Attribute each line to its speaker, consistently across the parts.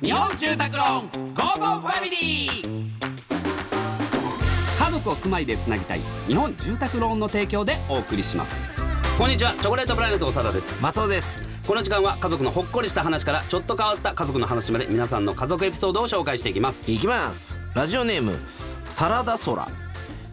Speaker 1: 日本住宅ローンゴーゴーファミリー家族を住まいでつなぎたい日本住宅ローンの提供でお送りしますこんにちはチョコレートプラネット長田です
Speaker 2: 松尾です
Speaker 1: この時間は家族のほっこりした話からちょっと変わった家族の話まで皆さんの家族エピソードを紹介していきます
Speaker 2: いきますラジオネームサラダソラ、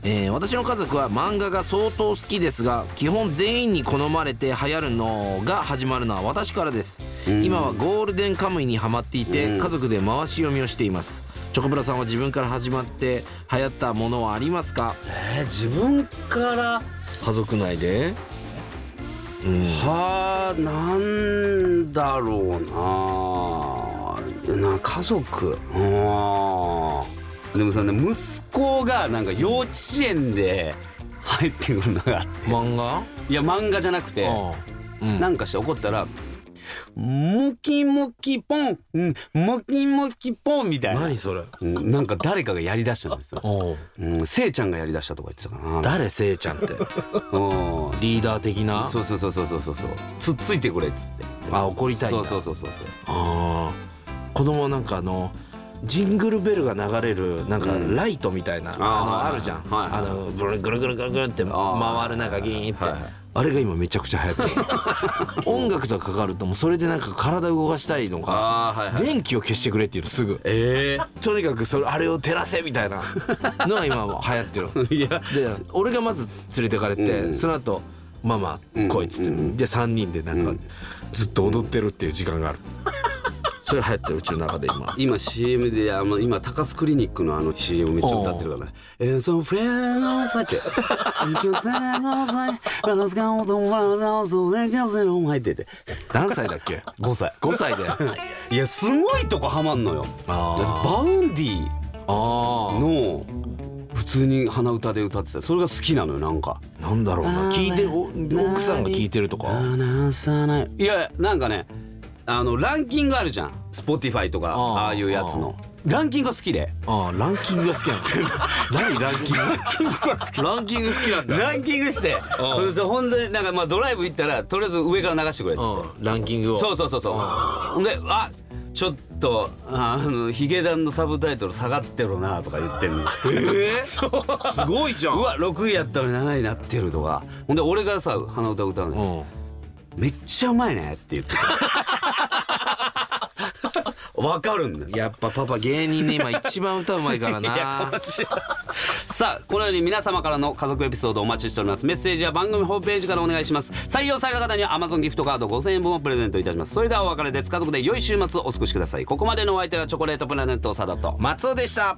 Speaker 2: えー私の家族は漫画が相当好きですが基本全員に好まれて流行るのが始まるのは私からです今はゴールデンカムイにハマっていて家族で回し読みをしていますチョコプラさんは自分から始まって流行ったものはありますか
Speaker 1: えー、自分から
Speaker 2: 家族内でうん
Speaker 1: はあなんだろうなな家族あーでもさね息子がなんか幼稚園で入ってくるのがあって
Speaker 2: 漫画
Speaker 1: いや漫画じゃなくて
Speaker 2: うん
Speaker 1: なんかして怒ったら「ムキムキポンうんムキムキポン」みたいな
Speaker 2: 何それ
Speaker 1: うんなんか誰かがやりだしたんですよ。
Speaker 2: おう
Speaker 1: うん、せいちゃんがやりだしたとか言ってたかな。
Speaker 2: 誰せいちゃんって
Speaker 1: うん
Speaker 2: リーダー的な
Speaker 1: そうそうそうそうそうそうそう。つっついてくれっつって。
Speaker 2: あ怒りたいん
Speaker 1: そ
Speaker 2: だ
Speaker 1: うそうそうそうそう。
Speaker 2: あー子供はなんかあのジングルベルが流れるなんか
Speaker 1: うん
Speaker 2: ライトみたいな、
Speaker 1: ー
Speaker 2: あの
Speaker 1: はい
Speaker 2: あるじゃん、
Speaker 1: はいはい
Speaker 2: あのぐるぐるぐるぐるぐるって回
Speaker 1: ー
Speaker 2: るなんかギーンって、
Speaker 1: はいはい
Speaker 2: あれが今めちゃくちゃ流行って る音楽とかかかるともうそれでなんか体動かしたいのか
Speaker 1: ああはいはい。
Speaker 2: 電気を消してくれっていうのすぐ
Speaker 1: え
Speaker 2: とにかくそれあれを照らせみたいなのが今は流行ってる
Speaker 1: えいや
Speaker 2: で俺がまず連れてかれて、
Speaker 1: うん
Speaker 2: その後ママ
Speaker 1: うん
Speaker 2: 来いっつって、
Speaker 1: うん
Speaker 2: で3人でなんか、
Speaker 1: うん
Speaker 2: ずっと踊ってるっていう時間があ る、それ流行ってるうちの中で今
Speaker 1: 今 CM であの今高須クリニックのあの CM めっちゃ歌ってるからね。えー、そのフレンドさ って。行きません行きませんラナスカンオトンワンダンスオレンキャブセロン入ってて。
Speaker 2: 何歳だっけ
Speaker 1: 5歳。
Speaker 2: 5歳であ
Speaker 1: いやすごいとこハマんのよ。
Speaker 2: あ
Speaker 1: バウンディ
Speaker 2: あ
Speaker 1: の普通に鼻歌で歌ってた。それが好きなのよなんか。
Speaker 2: あなんだろうな聞いてお奥さんが聞いてるとか
Speaker 1: 話さないいやなんかねあのランキングあるじゃん Spotify とか
Speaker 2: ああ
Speaker 1: ああいうやつのランキングが好きで
Speaker 2: ああランキングが好きなんだ何 ランキングランキング好きなんだ
Speaker 1: ランキングして
Speaker 2: うん
Speaker 1: そうほんでなんかまあドライブ行ったらとりあえず上から流してくれっつって
Speaker 2: うんランキングを
Speaker 1: そうそうそうそうほんであちょっとあのヒゲダンのサブタイトル下がってるなとか言ってんの
Speaker 2: えー、すごいじゃん
Speaker 1: うわ6位やったのに7位になってるとかほんで俺がさ鼻歌歌うのよ
Speaker 2: うん
Speaker 1: めっちゃうまいねって言っ てたわかるんだよ
Speaker 2: やっぱパパ芸人で今一番歌う まいから
Speaker 1: いや
Speaker 2: な
Speaker 1: かもしれない さあこのように皆様からの家族エピソードをお待ちしておりますメッセージは番組ホームページからお願いします採用された方には Amazon ギフトカード5000円分をプレゼントいたしますそれではお別れです家族で良い週末をお過ごしくださいここまでのお相手はチョコレートプラネットサダと
Speaker 2: 松尾でした